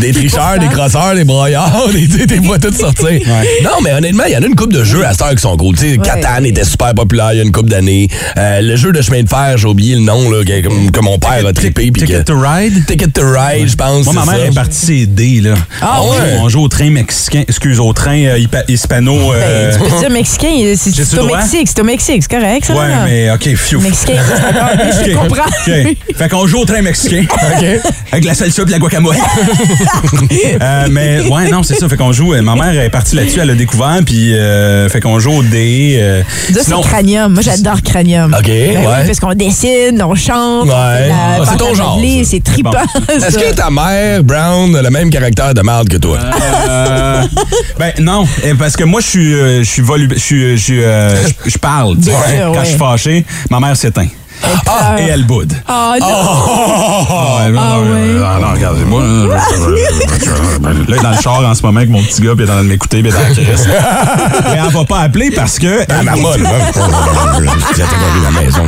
Des tricheurs, des crosseurs, des broyards, des, tu sais, des voix toutes sortir. Non, mais honnêtement, il y en a une coupe de jeux à cette heure qui sont cool. Tu sais, Catan était super populaire il y a une coupe d'années. Euh, le jeu de chemin de fer, j'ai oublié le nom, là, que, comme, que mon père a trippé. puis
Ticket
que-
to Ride?
Ticket to Ride, je pense.
Moi, ma
c'est
mère
ça.
est partie ses dés, là.
Ah
on,
ouais?
on joue au train mexicain, excuse, au train euh, hypa-
Ben,
hispano. euh,
Tu peux dire mexicain, c'est-
J'ai-tu
c'est
le
au
droit?
Mexique, c'est au Mexique, c'est correct, ça?
ouais,
là?
mais OK, phew.
Mexicain, c'est d'accord, je
OK,
comprends.
OK. Fait qu'on joue au train mexicain. Avec la salsa et la guacamole. Euh, mais ouais, non, c'est ça. Fait qu'on joue. euh, ma mère est partie là-dessus, elle a découvert. Puis, euh, fait qu'on joue au dé. euh,
Ça, c'est
sinon-
cranium. Moi, j'adore cranium.
OK,
Ben oui,
ouais.
Parce qu'on dessine, on chante.
Ouais.
on fait de la
Ah, c'est
pâte
ton
à
genre,
modeler,
ça.
C'est trippant.
Est-ce
ça.
que ta mère, Brown, a le même caractère de merde que toi?
Euh, ben non, eh, parce que moi je suis euh, je suis volu- je suis, euh, je suis, euh, je- je parle tu sais.
Bien sûr,
quand je suis
ouais.
fâché, ma mère s'éteint. Ah, et elle boude.
Oh, non.
Ah, non,
ouais.
ah, non, regardez-moi. Là, elle est dans le char en ce moment avec mon petit gars, puis elle est en train de m'écouter, puis elle est dans la crise. Mais elle va pas appeler parce que.
Ah, ma molle, là. J'ai pas vu la maison.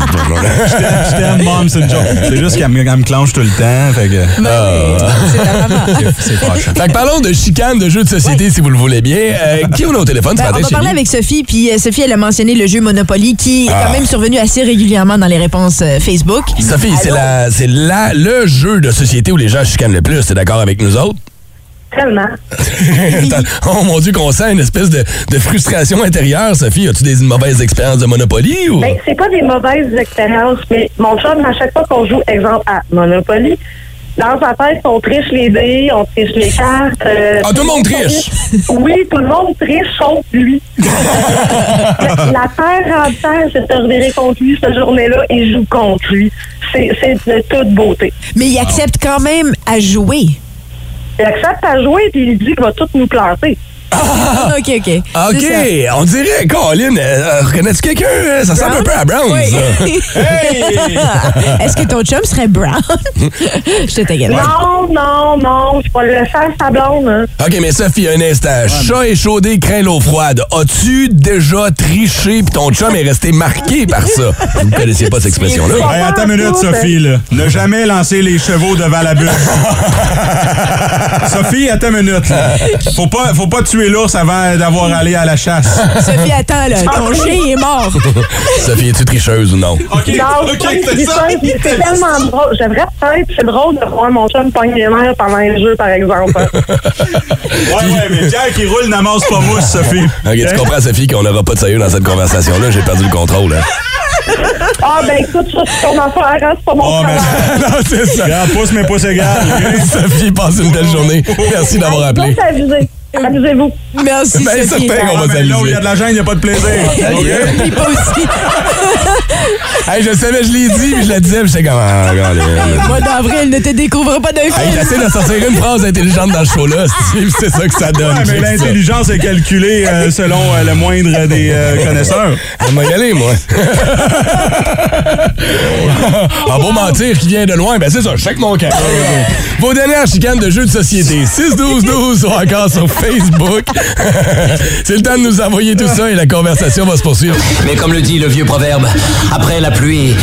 Je t'aime, mom, c'est une joke. C'est juste qu'elle me, elle me clenche tout le temps, fait que. c'est- C'est fâchant.
Fait que parlons de chicane de jeux de société, si vous le voulez bien. Euh, qui on a au téléphone ce
Ben,
matin,
on va parler
chérie?
avec Sophie, puis euh, Sophie, elle a mentionné le jeu Monopoly qui est
Ah.
quand même survenu assez régulièrement dans les réponses euh, Facebook.
Sophie, c'est la, c'est la, le jeu de société où les gens chicanent le plus. T'es d'accord avec nous autres?
Tellement.
T'as- oh mon Dieu, qu'on sent une espèce de, de frustration intérieure, Sophie. As-tu des mauvaises expériences de Monopoly ou?
Ben, c'est pas des mauvaises expériences, mais mon chum, à chaque fois qu'on joue, exemple, à Monopoly, dans sa tête, on triche les dés, on triche les cartes. euh,
Ah, tout le monde triche.
Oui, tout le monde triche, sauf lui. Euh, La terre entière s'est revirée contre lui cette journée-là et joue contre lui. C'est c'est de toute beauté.
Mais il accepte
Ah.
quand même à jouer.
Il accepte à jouer et il dit qu'il va tout nous planter.
Ah, OK, OK.
Ah. OK,
C'est
on dirait, Colin, euh, reconnais-tu quelqu'un? hein? Ça ressemble un peu à Brown,
Oui.
ça.
ça. Est-ce que ton chum serait brown? Je te t'inquiète.
Non, non, non, je suis pas le faire sa blonde. hein.
OK, mais Sophie, un instant. Chat échaudé craint l'eau froide. As-tu déjà triché puis ton chum est resté marqué par ça? Vous ne connaissiez pas cette expression-là.
fort.
Hey, attends une minute, Sophie, là. Ne jamais lancer les chevaux devant la bûche. Sophie, attends une minute, là. Faut pas, faut pas tuer l'ours avant d'avoir allé à la chasse.
Sophie, attends, là.
Ah.
Ton chien il est mort.
Sophie, es-tu tricheuse ou non?
OK,
Non, c'est pas une histoire, mais c'est tellement drôle. J'aimerais peut-être, c'est drôle de voir mon chum pogner les nerfs pendant un jeu, par exemple.
Ouais, ouais, mais Pierre qui roule n'amasse pas mousse, Sophie.
OK, tu comprends, Sophie, qu'on n'aura pas de sérieux dans cette conversation-là. J'ai perdu le contrôle. hein.
ah, ben écoute, ça, c'est ton affaire, hein, c'est pas mon
Oh, mais.
travail.
non, c'est ça.
Regarde, pousse, mais pousse égal.
Sophie, passe une belle journée. Merci d'avoir appelé.
Pas s'amuser. Amusez-vous.
Merci,
Ben,
Sophie.
certain qu'on va
Ah, Là où il y
s'amuser.
a de la gêne, il n'y a pas de plaisir.
Puis pas aussi.
Hey, je savais, je l'ai dit, mais je le disais, puis j'étais comme... Ah, Colin.
Moi, d'avril, ne te découvre pas d'un
Hey,
film.
j'essaie de sortir une phrase intelligente dans ce show-là, Steve, c'est ça que ça donne.
Ouais, mais
J'ai dit ça.
l'intelligence est calculée euh, selon euh, le moindre des euh, connaisseurs.
On va y aller, moi. En beau mentir qui vient de loin, ben c'est ça, je check mon camp. Vos dernières chicanes de jeux de société, 6-12-12 ou encore sur Facebook. c'est le temps de nous envoyer tout ça et la conversation va se poursuivre.
Mais comme le dit le vieux proverbe, après la pluie,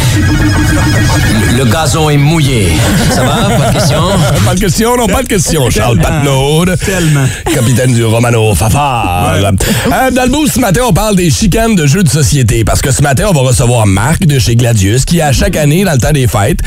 le, le gazon est mouillé. Ça va? Pas de question?
Pas de question, non, pas de question. Charles Patnaud.
Tellement.
Capitaine du Romano Fafard. Euh, dans le boost, ce matin, on parle des chicanes de jeux de société. Parce que ce matin, on va recevoir Marc de chez Gladius, qui, à chaque année, dans le temps des fêtes,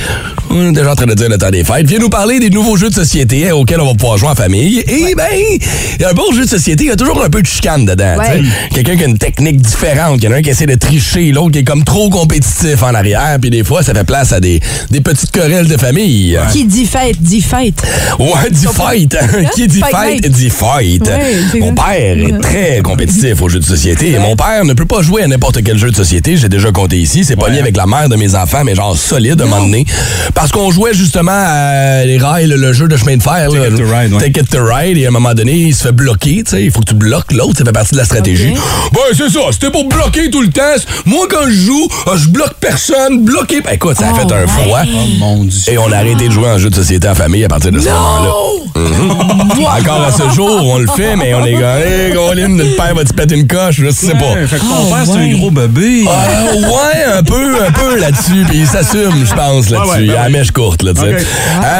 on est déjà en train de dire le temps des fêtes, vient nous parler des nouveaux jeux de société hein, auxquels on va pouvoir jouer en famille. Et ben, un bon jeu de société, il y a toujours un peu de chicane dedans.
Ouais.
tu sais. Quelqu'un qui a une technique différente, qu'il y en a un qui essaie de tricher, l'autre qui est comme trop compétitif en arrière, puis des fois, ça fait place à des, des petites querelles de famille.
Qui dit fête, dit fête.
Ouais, dit fight. hein. Qui dit
Hein? Fight
fight,
night.
dit fight.
Ouais, c'est
mon
vrai.
père est très compétitif aux jeux de société. Et Mon père ne peut pas jouer à n'importe quel jeu de société. J'ai déjà compté ici. C'est pas lié avec la mère de mes enfants, mais genre solide à un moment donné. Parce qu'on jouait justement à les rails, le jeu de chemin de fer. là.
it to ride, ouais.
Take it to ride. Et à un moment donné, il se fait bloquer. tu sais. Il faut que tu bloques l'autre. Ça fait partie de la stratégie. Ben, c'est ça. C'était pour bloquer tout le temps. Moi, quand je joue, euh, je bloque personne. Bloquer. Ben, écoute, ça
Oh
a fait un froid.
Oh Mon Dieu.
Et on a arrêté de jouer en jeu de société en famille à partir de ce moment-là. Mhm. Encore à ce jour, on le fait, mais on est comme, hey, Colin, notre père va te péter une coche, je sais Eh, pas.
Ouais, fait que ton père, c'est un gros bébé.
Euh, ouais, un peu, un peu là-dessus. Puis il s'assume, je pense, là-dessus.
Ah ouais, ben
il a la
ouais.
mèche courte, là, tu sais.
Ok.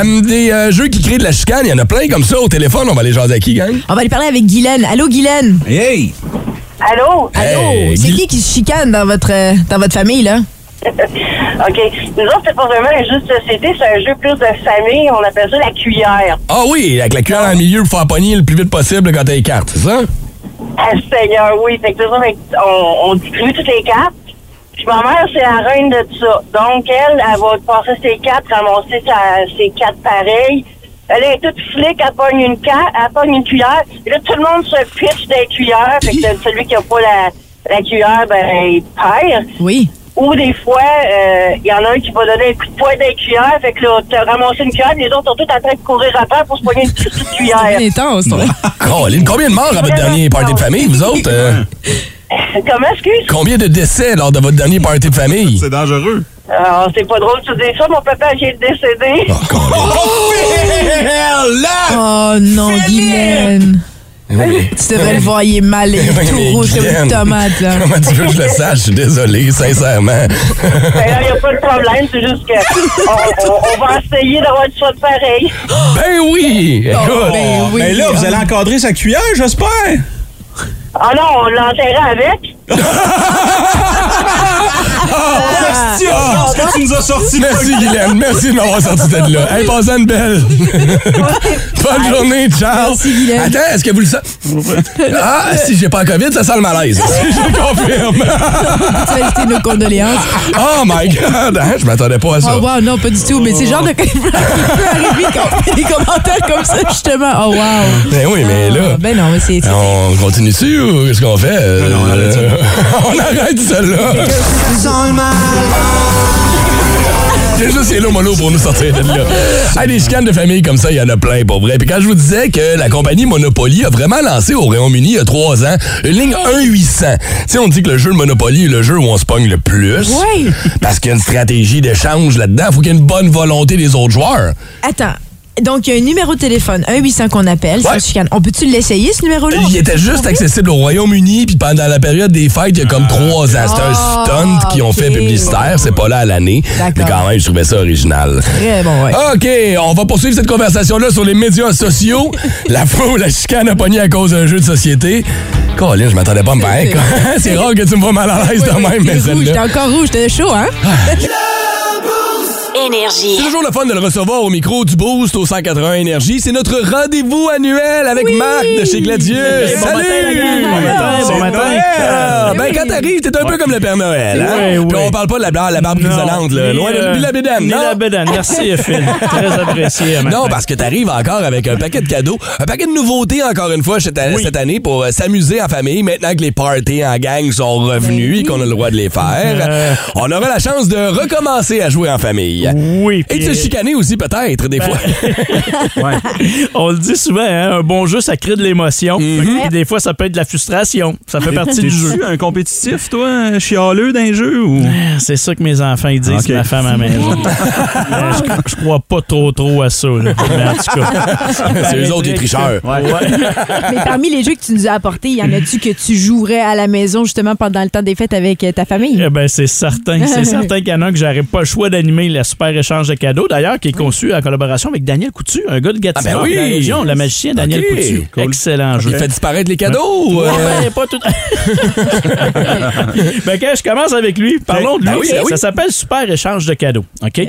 Euh, des euh, jeux qui créent de la chicane, il y en a plein comme ça au téléphone. On va les jaser à qui, gang?
On va aller parler avec Guylaine. Allô, Guylaine?
Hey!
Allô?
Hey,
C'est
Guy-
Oh, qui qui se chicane dans euh, votre, euh, dans votre famille, là?
OK. Nous autres, c'est pas vraiment un jeu de société, c'est un jeu plus de famille. On appelle ça la cuillère.
Ah oui, avec la cuillère dans le milieu pour faire pogner le plus vite possible quand t'as les cartes, c'est ça?
Ah, Seigneur, oui. Fait que c'est ça, fait que on, on distribue toutes les cartes. Puis ma mère, c'est la reine de ça. Donc, elle, elle va passer ses cartes, ramasser sa- ses cartes pareilles. Elle est toute flic, elle pogne une carte, elle pogne une cuillère. Et là, tout le monde se pitch des cuillères. Fait que celui qui a pas la, la cuillère, ben, il perd.
Oui.
Ou des fois, euh, il y en a un qui va donner un coup de poing d'un cuillère, fait que là, t'as ramassé une cuillère, puis les autres sont tous en train de courir après pour se poigner une petite petite cuillère.
C'est intense,
Caroline, combien de morts à votre dernier party de famille, vous autres? euh?
Comment, excuse?
Combien de décès lors de votre dernier party de famille? C'est dangereux.
Alors, c'est pas drôle de dire ça, mon papa vient de décéder.
Oh,
Oh non, Guylaine! Tu devrais le voir, il est mal, il est tout rouge comme une tomate. Là.
Comment tu veux que je le sache? Je suis désolé, sincèrement.
Ben, Il n'y a pas de problème, c'est juste que on, on- on va essayer d'avoir une chose pareille.
Ben oui!
Oh,
Écoute. ben oui.
Ben là, vous allez encadrer sa cuillère, j'espère!
Ah non, on l'enterrait avec.
Ah,
Ah,
ce que tu nous as sorti.
Merci, Guylaine. Merci de m'avoir sorti de là. Hey, passez une belle. Bonne journée, Charles.
Merci, Guylaine.
Attends, est-ce que vous le savez? Ah, si j'ai pas la COVID, ça sent le malaise. je confirme.
Tu as été nos condoléances.
Oh my God! Hein, je m'attendais pas à ça. Oh.
Oh wow, non, pas du tout, mais c'est le genre de... Il peut arriver quand on fait des commentaires comme ça, justement. Oh wow!
Ben oui, mais là.
Ben non, mais c'est...
On continue-tu ou qu'est-ce qu'on fait? non, on arrête On arrête celle-là. Déjà, c'est l'eau mollo pour nous sortir de là. Ah, des chicanes de famille comme ça, il y en a plein, pour vrai. Puis quand je vous disais que la compagnie Monopoly a vraiment lancé au Royaume-Uni il y a trois ans une ligne 1-800. Tu sais, on dit que le jeu de Monopoly est le jeu où on se pogne le plus.
Oui.
Parce qu'il y a une stratégie d'échange là-dedans. Il faut qu'il y ait une bonne volonté des autres joueurs.
Attends. Donc, il y a un numéro de téléphone, 1-800 qu'on appelle, ça se chicane. On peut-tu l'essayer, ce numéro-là? Oh,
Il était
Ah
juste accessible au Royaume-Uni, puis pendant la période des fêtes, il y a comme trois ans. C'est un
Ah,
stunt qu'ils ont fait publicitaire. C'est pas là à l'année. Mais quand même, je trouvais ça original.
Très bon, ouais.
OK, on va poursuivre cette conversation-là sur les médias sociaux. la fois où la chicane a pogné à cause d'un jeu de société. Colin, je m'attendais pas à me faire. hein. C'est rare que tu me vois mal à l'aise de même, mais
Rouge,
celle-là.
t'es encore rouge, t'es chaud, hein?
Énergie. C'est toujours le fun de le recevoir au micro du Boost au 180 Énergie. C'est notre rendez-vous annuel avec Marc de chez Gladius.
Hey, bon
Salut!
matin, bon matin, bon
C'est
matin.
Noël! Ben, quand t'arrives, t'es un peu comme le Père Noël. Hein?
Oui, oui.
Puis on parle pas de la, barre- la barbe grisonnante, là.
ni,
Loin de
euh,
ni la bédane,
ni
non?
la bédane. Merci, Phil. Très apprécié, matin.
Non, parce que t'arrives encore avec un paquet de cadeaux, un paquet de nouveautés, encore une fois, cette, année- cette année, pour euh, s'amuser en famille, maintenant que les parties en gang sont
Ben
revenus et qu'on a le droit de les faire. On aura la chance de recommencer à jouer en famille.
Oui.
Et de se
puis- euh, Ben,
chicaner aussi, peut-être, des fois.
On le dit souvent, hein, un bon jeu, ça crée de l'émotion. Puis Des fois, ça peut être de la frustration. Ça fait partie du jeu.
Mhm. T'es-tu un compétitif, toi, un chialeux d'un jeu ou.
Ah, C'est ça que mes enfants ils
Ok.
disent, ma femme à la maison. Euh, je, je crois pas trop trop à ça. là. Mais en tout cas.
C'est eux autres, les tricheurs.
Ouais.
Mais parmi les jeux que tu nous as apportés, y en a-tu que tu jouerais à la maison justement pendant le temps des fêtes avec euh, ta famille?
Eh ben, c'est certain, c'est certain qu'il y en a un que j'aurais pas le choix d'animer la super échange de cadeaux. D'ailleurs, qui est conçu en collaboration avec Daniel Coutu, un gars de Gatineau,
Ah ben oui!
de la région, le magicien Daniel
Ok,
Coutu. Excellent jeu.
Il fait disparaître les cadeaux. ou,
Ouais,
euh?
ben, pas tout. ben, quand je commence avec lui, parlons de lui.
Ben oui, ben oui.
Ça s'appelle super échange de cadeaux, ok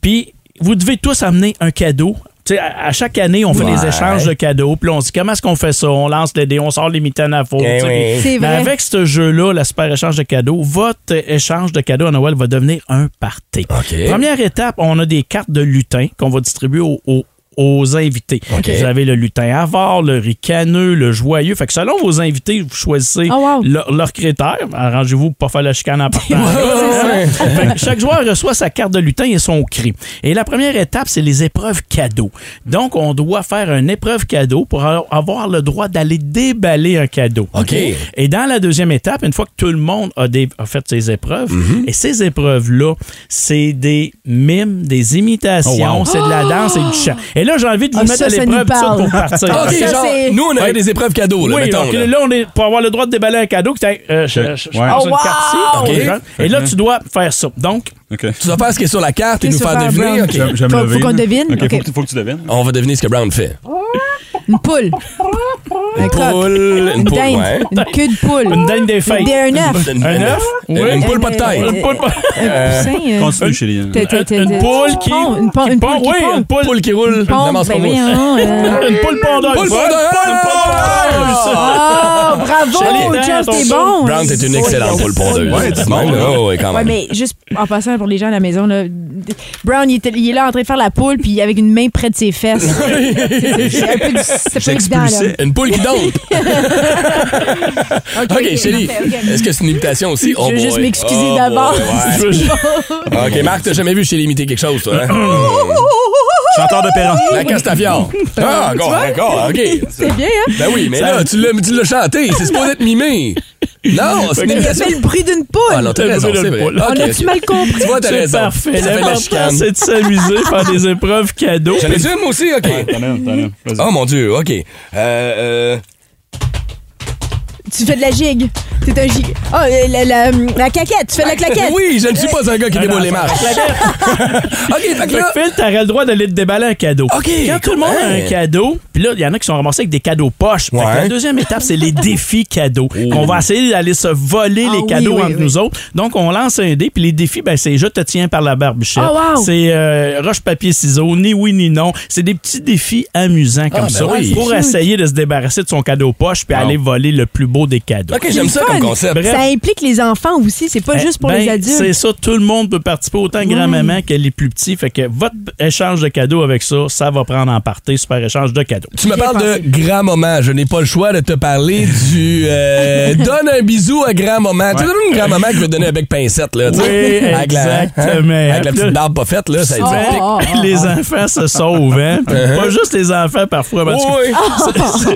Puis vous devez tous amener un cadeau. Tu sais, à à chaque année, on fait
Ouais.
des échanges de cadeaux. Puis là, on se dit comment est-ce qu'on fait ça? On lance les dés, on sort les mitaines à faux.
Eh
tu sais.
oui.
Euh,
C'est vrai.
Mais ben, avec avec ce jeu-là, la super échange de cadeaux, votre échange de cadeaux à Noël va devenir un party. Première étape, on a des cartes de lutin qu'on va distribuer aux, aux- aux invités.
OK.
Vous avez le lutin avare, le ricaneux, le joyeux. Fait que selon vos invités, vous choisissez
Oh,
leur, leur critère. Arrangez-vous pour pas faire la chicane en partant.
Ouais,
C'est ça. Fait que chaque joueur reçoit sa carte de lutin et son cri. Et la première étape, c'est les épreuves cadeaux. Donc, on doit faire une épreuve cadeau pour avoir le droit d'aller déballer un cadeau.
OK.
Et dans la deuxième étape, une fois que tout le monde a, dé- a fait ses épreuves,
Mm-hmm.
et ces épreuves-là, c'est des mimes, des imitations,
Oh, wow.
c'est de la danse et du chant. Et là, j'ai envie de vous
Ah,
mettre
ça,
à
ça
l'épreuve
nous
tout de suite
parle.
pour partir.
OK, Ça, genre, c'est- nous, on avait des épreuves cadeaux, là,
oui,
mettons,
donc,
ah, là.
là, on est, pour avoir le droit de déballer un cadeau, que t'as, euh, je, je- je
Ouais.
pense
Oh,
une carte
wow!
ici.
OK.
Et là, tu dois faire ça. Donc,
Tu dois faire ce qui est sur la carte et
Ok,
nous faire
super,
deviner.
Brown.
OK.
J'aime- j'aime Faut- le faut vide. qu'on devine? Ok, faut Ok. que
tu devines.
On va deviner ce que Brown fait.
Une poule.
Une poule. Une poule,
dinde,
ouais.
Une queue de poule. Une
dinde des fêtes.
Un œuf.
Un œuf?
Euh, Une poule pas de tête.
Une poule pas
Euh, Continue,
Chélie.
T'as- t'as- t'as-
Une poule qui.
Pond, Une pon- une poule qui
Oui,
pond.
une poule.
qui roule.
pompe,
Une
ben voyons, euh.
Une poule pondeuse.
Poule
Ouais,
pondeuse.
Une poule
Oh,
pondeuse.
bravo,
Chélie,
Jeff,
ton
t'es
show.
bon.
Brown, t'es une excellente poule pondeuse.
Ouais,
dis donc, là. Ouais, ouais, quand
Ouais,
même.
mais juste en passant pour les gens à la maison, là, Brown, il, était- il est là en train de faire la poule, puis avec une main près de ses fesses. C'est c'est un peu du- c'est pas évident, là.
Une poule qui donne.
OK,
OK, Chélie, est-ce que c'est une imitation aussi? Oh
Je veux juste m'excuser
d'abord.
d'avance.
Ah, OK, Marc, t'as jamais vu Chélie imiter quelque chose, toi? hein?
Chanteur de Perron.
La Castafiore. Ah,
Tu
encore,
vois?
encore, OK.
C'est bien, hein?
Ben oui, mais là, tu l'as tu l'as chanté. C'est supposé être mimé. Non, c'est
Mais
une
il a
imitation.
fait le bruit d'une poule.
Ah non, t'as raison, c'est vrai.
On
Ok,
a-tu
ok.
mal compris?
Tu vois, t'as
C'est
raison. Ça
parfait.
fait de la
L'important,
chicane.
c'est de s'amuser, faire des épreuves cadeaux.
J'en ai dit une, moi aussi, OK. Oh mon Dieu, OK. Euh, euh,
Tu fais de la gigue. T'es un gigue. Oh, euh, la, la, la claquette. Tu fais de la claquette.
Oui, je ne suis pas un gars qui
Ah,
déboule
non,
les marches. OK, fait que
Fait
là...
que Phil, t'aurais le droit d'aller te déballer un cadeau.
OK,
Quand tout le monde a
hey.
un cadeau, puis là, il y en a qui sont ramassés avec des cadeaux poches. Fait que
Ouais.
la deuxième étape, c'est les défis cadeaux. On va essayer d'aller se voler
Ah
les
oui,
cadeaux
oui,
entre
oui.
nous autres. Donc, on lance un dé, puis les défis, ben, c'est je te tiens par la barbichette.
Oh, wow.
C'est euh, roche, papier, ciseaux, ni oui, ni non. C'est des petits défis amusants comme
ben
ça
oui.
pour
Cute.
essayer de se débarrasser de son cadeau poche puis aller voler le plus beau des cadeaux.
OK, j'aime ça
Fun.
comme concept.
Bref.
Ça implique les enfants aussi. C'est pas
Eh,
juste pour
ben,
les
C'est
adultes.
ça, tout le monde peut participer, autant
Mm.
grand-maman que les plus petits. Fait que votre échange de cadeaux avec ça, ça va prendre en partie, super échange de cadeaux.
Tu me parles de grand-maman. Je n'ai pas le choix de te parler du... euh, donne un bisou à grand-maman. Tu sais, donne une grand-maman qui veut te donner un bec pincette, là. tu sais.
Oui,
Avec la- hein?
exactement.
Avec la petite barbe pas faite, là, ça
Puis
dit.
là,
oh, oh, oh.
les enfants se sauvent, hein? Puis Pas juste les enfants parfois. parce que
Oui.
c'est-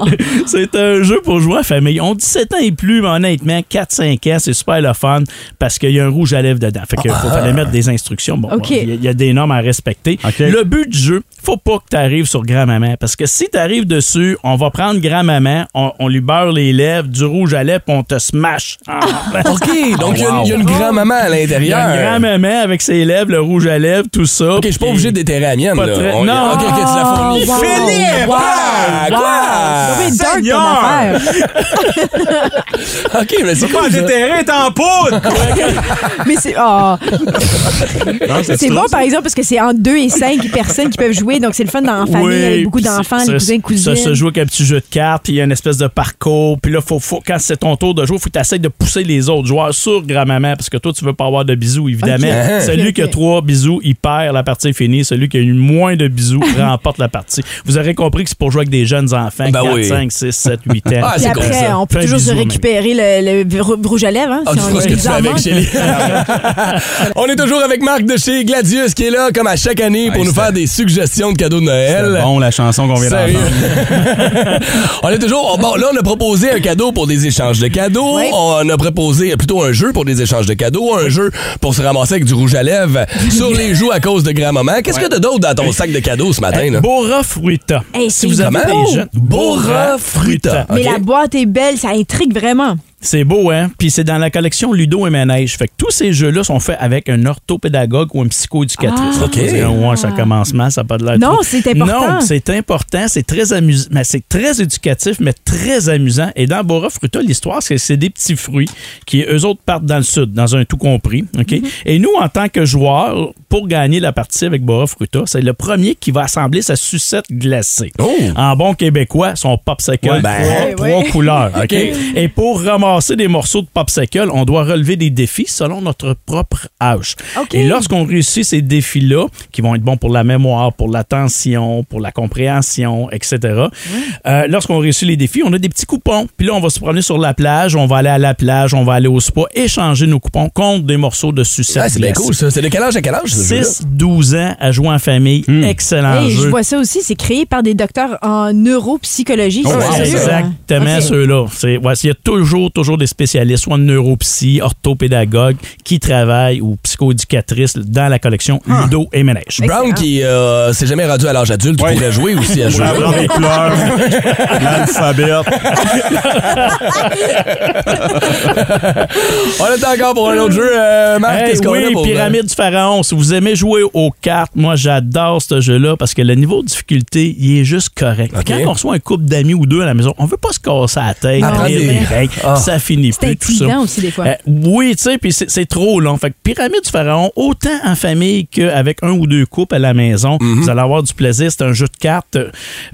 C'est un jeu pour jouer en famille. On dit 7 ans et plus, mais honnêtement, 4-5 ans, c'est super le fun parce qu'il y a un rouge à lèvres dedans. Fait qu'il faut fallait mettre des instructions. Bon, bon, il
OK.
y a- il y, a des normes à respecter.
OK.
Le but du jeu, faut pas que tu arrives sur grand-maman parce que si tu arrives dessus, on va prendre grand-maman, on, on lui beurre les lèvres, du rouge à lèvres, puis on te smash. Ah,
OK, donc il y a une- il y, a une
Oh.
grand-maman à
il y
l'intérieur.
a une grand-maman avec ses lèvres, le rouge à lèvres, tout ça.
Ben, OK, je suis pas
Puis-
obligé d'éterrer la mienne,
Pas
là.
très-
On-
Non.
OK, OK, tu l'as fourni.
Oh, Wow.
Philippe!
Wow.
Ah,
Ça
quoi?
fait dark ton
Seigneur.
affaire.
OK, mais c'est quoi?
Pourquoi déterré est en poudre?
Mais c'est. ah. c'est bon, par exemple, parce que c'est entre 2 et 5 personnes qui peuvent jouer. Donc, c'est le fun dans la famille
Oui,
avec beaucoup
puis
d'enfants, les
ça-
cousins, cousines.
Ça se joue avec un petit jeu de cartes, puis il y a une espèce de parcours. Puis là, faut, faut, quand c'est ton tour de jouer, faut que tu de pousser les autres joueurs sur grand-maman, parce que toi, tu veux pas avoir de bisous, évidemment.
Ok.
Celui
Ok,
qui a
ok.
trois bisous, il perd, la partie est finie. Celui qui a eu moins de bisous remporte la partie. Vous aurez compris que c'est pour jouer avec des jeunes enfants,
Ben
4,
oui.
5, 6, 7, 8 ans.
Ah,
Puis
c'est cool,
après,
ça.
on peut
Plein de
toujours se
bisous,
récupérer le, le rou- rouge à lèvres. Hein,
Ah,
si
tu
on-
feras ce que tu
nous
fais
en
avec,
manque.
Chélie. On est toujours avec Marc de chez Gladius qui est là, comme à chaque année, pour
Ouais,
nous
c'était-
faire des suggestions de cadeaux de Noël.
C'est bon, la chanson qu'on vient
Sérieux.
d'entendre.
on est toujours. oh, Bon, là, on a proposé un cadeau pour des échanges de cadeaux.
Oui.
On a proposé plutôt un jeu pour des échanges de cadeaux, un jeu pour se ramasser avec du rouge à lèvres sur les joues à cause de grand-maman. Qu'est-ce que t'as d'autre dans ton sac de cadeaux ce matin, là?
Bora Fruita.
Hey,
si
c'est
vous avez
beau.
des jeunes.
Bora Fruita.
Mais
Ok.
la boîte est belle, ça intrigue vraiment.
C'est beau, hein? Puis c'est dans la collection Ludo et Manège. Fait que tous ces jeux-là sont faits avec un orthopédagogue ou un psychoéducatrice.
Ah. OK.
Vous direz, Ouais, ça commence mal, ça n'a pas de l'air.
Non,
trop.
c'est important.
Non, c'est important, c'est très amusant, mais c'est très éducatif, mais très amusant. Et dans Bora Fruta, l'histoire, c'est que c'est des petits fruits qui, eux autres, partent dans le sud, dans un tout compris. OK? Et nous, en tant que joueurs, pour gagner la partie avec Bora Fruta, c'est le premier qui va assembler sa sucette glacée.
Oh!
En bon québécois, son popsicle,
Ouais, ben.
trois-
Eh Ouais,
trois
ouais.
couleurs. OK?
OK.
Et pour ramasser des morceaux de popsicle, on doit relever des défis selon notre propre âge.
OK.
Et lorsqu'on réussit ces défis-là, qui vont être bons pour la mémoire, pour l'attention, pour la compréhension, etc., euh, lorsqu'on réussit les défis, on a des petits coupons. Puis là, on va se promener sur la plage, on va aller à la plage, on va aller au spa, échanger nos coupons contre des morceaux de sucette.
Ah, c'est bien
glacée.
cool, ça. C'est de quel âge à quel âge, ce jeu-là?
6-12 ans à jouer en famille. Excellent
Hey, je
jeu.
vois ça aussi, c'est créé par des docteurs en neuropsychologie.
Ouais,
c'est sérieux, hein?
exactement
Ok.
ceux-là. C'est- ouais, Il y a toujours, toujours
toujours des spécialistes, soit neuropsy, orthopédagogue, qui travaillent ou psychoéducatrices dans la collection
Ah.
Ludo et Ménage.
Brown qui euh, s'est jamais rendu à l'âge adulte pourrait jouer aussi à jouer.
Apprendre les couleurs,
On est encore pour un autre jeu, euh, Marc.
Hey,
Qu'est-ce qu'on a
oui,
pour
Pyramide du Pharaon. Si vous aimez jouer aux cartes, moi, j'adore ce jeu-là parce que le niveau de difficulté, il est juste correct. Quand on reçoit un couple d'amis ou deux à la maison, on veut pas se casser la tête.
Ah,
rire,
c'est vrai.
rire,
Ah.
Ça finit
C'est
plus, tout ça.
intimidant aussi, des fois.
Eh,
Euh, oui, tu sais, puis c'est c'est trop long. Fait que Pyramide du Pharaon, autant en famille qu'avec un ou deux couples à la maison,
Mhm.
vous allez avoir du plaisir. C'est un jeu de cartes.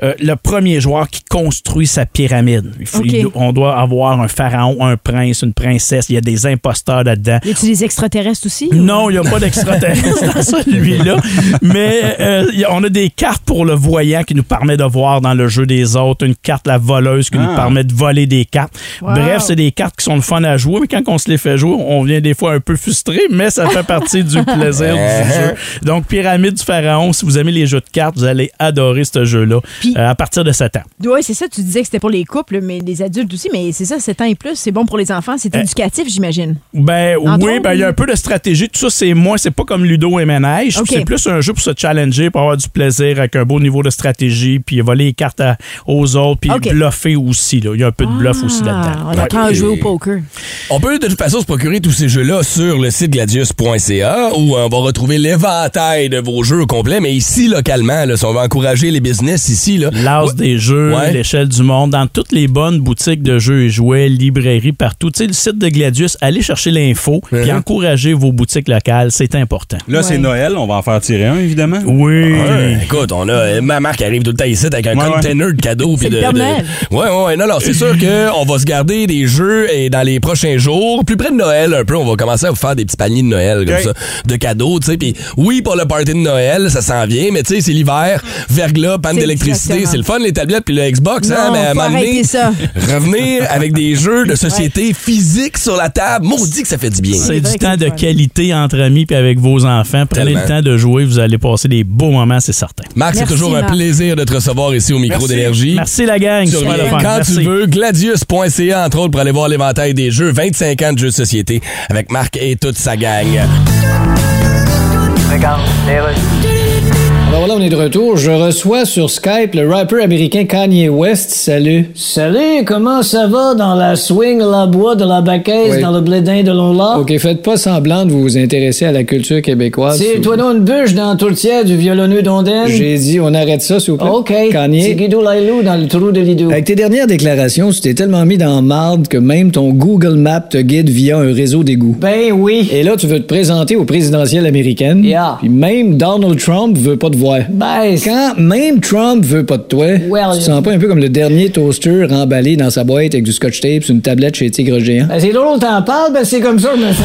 Euh, le premier joueur qui construit sa pyramide. Il faut-
OK.
il- on doit avoir un pharaon, un prince, une princesse. Il y a des imposteurs là-dedans.
Y a-tu des extraterrestres aussi?
Non, il n'y a pas d'extraterrestre dans celui-là. Mais euh, y a- on a des cartes pour le voyant qui nous permet de voir dans le jeu des autres, une carte la voleuse qui nous
Ah.
permet de voler des cartes.
Wow.
Bref, c'est des cartes qui sont le fun à jouer, mais quand on se les fait jouer, on vient des fois un peu frustré, mais ça fait partie du plaisir du jeu. Donc, Pyramide du Pharaon, si vous aimez les jeux de cartes, vous allez adorer ce jeu-là euh, à partir de 7 ans.
Oui, c'est ça. Tu disais que c'était pour les couples, mais les adultes aussi. Mais c'est ça, 7 ans et plus, c'est bon pour les enfants. C'est
Euh,
éducatif, j'imagine.
Ben
Entre
oui,
autres,
ben il y a
ou-
un peu de stratégie. Tout ça, c'est moi, c'est pas comme Ludo et Ménage.
Ok.
C'est plus un jeu pour se challenger, pour avoir du plaisir avec un beau niveau de stratégie, puis voler les cartes à- aux autres, puis
Ok. Ah,
bluffer aussi. là. Il y a un peu de bluff aussi là-dedans.
on apprend à jouer au poker.
On peut de toute façon se procurer tous ces jeux-là sur le site gladius.ca où on va retrouver l'éventail de vos jeux complets, mais ici localement, là, si on va encourager les business ici. là.
L'as
Ouais.
des jeux,
Ouais.
l'échelle du monde, dans toutes les bonnes boutiques de jeux et jouets, librairies partout. Tu sais, le site de Gladius, allez chercher l'info, puis encouragez vos boutiques locales, c'est important.
Là, c'est Noël, on va en faire tirer un, évidemment.
Oui.
Ouais, écoute, on a euh, ma marque arrive tout le temps ici avec un
Ouais, ouais.
container de cadeaux puis
C'est
de,
le Père
de-
Noël.
Ouais ouais, ouais. non non, c'est sûr que on va se garder des jeux et dans les prochains jours, plus près de Noël un peu, on va commencer à vous faire des petits paniers de Noël comme
Ok.
ça de cadeaux, tu sais puis oui pour le party de Noël, ça s'en vient, mais tu sais c'est l'hiver, verglas, panne
C'est
d'électricité,
exactement.
c'est le fun les tablettes puis le Xbox hein,
Non,
mais à un
faut
moment donné,
arrêter ça.
revenir avec des jeux de société physiques sur la table, maudit que ça fait du bien.
C'est du temps de qualité entre amis puis avec vos enfants. Prenez
Tellement.
le temps de jouer, vous allez passer des beaux moments, c'est certain.
Marc, c'est
Merci,
toujours un
Marc.
plaisir de te recevoir ici au micro
Merci.
d'énergie.
Merci, la gang.
Tu
Super
reviens
le fun.
quand
Merci.
tu veux. Gladius.ca, entre autres, pour aller voir l'éventail des jeux. 25 ans de jeux de société avec Marc et toute sa gang.
Alors voilà, on est de retour. Je reçois sur Skype le rapper américain Kanye West. Salut. Salut, comment ça va dans la swing, la bois, de la baquette,
dans
le blédin de l'Ola? OK, faites pas semblant de vous vous intéresser à la culture québécoise. C'est
ou-
toi non une bûche dans la tourtière du violonneux d'Ondaine? J'ai dit, on arrête ça, s'il vous plaît.
OK.
Kanye.
C'est
Guido Lailou dans le trou de Lido. Avec tes dernières déclarations, tu t'es tellement mis dans marde que même ton Google Maps te guide via un réseau d'égouts. Ben oui. Et là, tu veux te présenter aux présidentielles américaines.
Yeah.
Puis même Donald Trump veut pas te voir. Ben, Quand même Trump veut pas de toi, tu te sens pas un peu comme le dernier toaster emballé dans sa boîte avec du scotch tape sur une tablette chez Tigre Géant?
Ben, c'est drôle, t'en parles, ben, c'est comme ça, je me sens.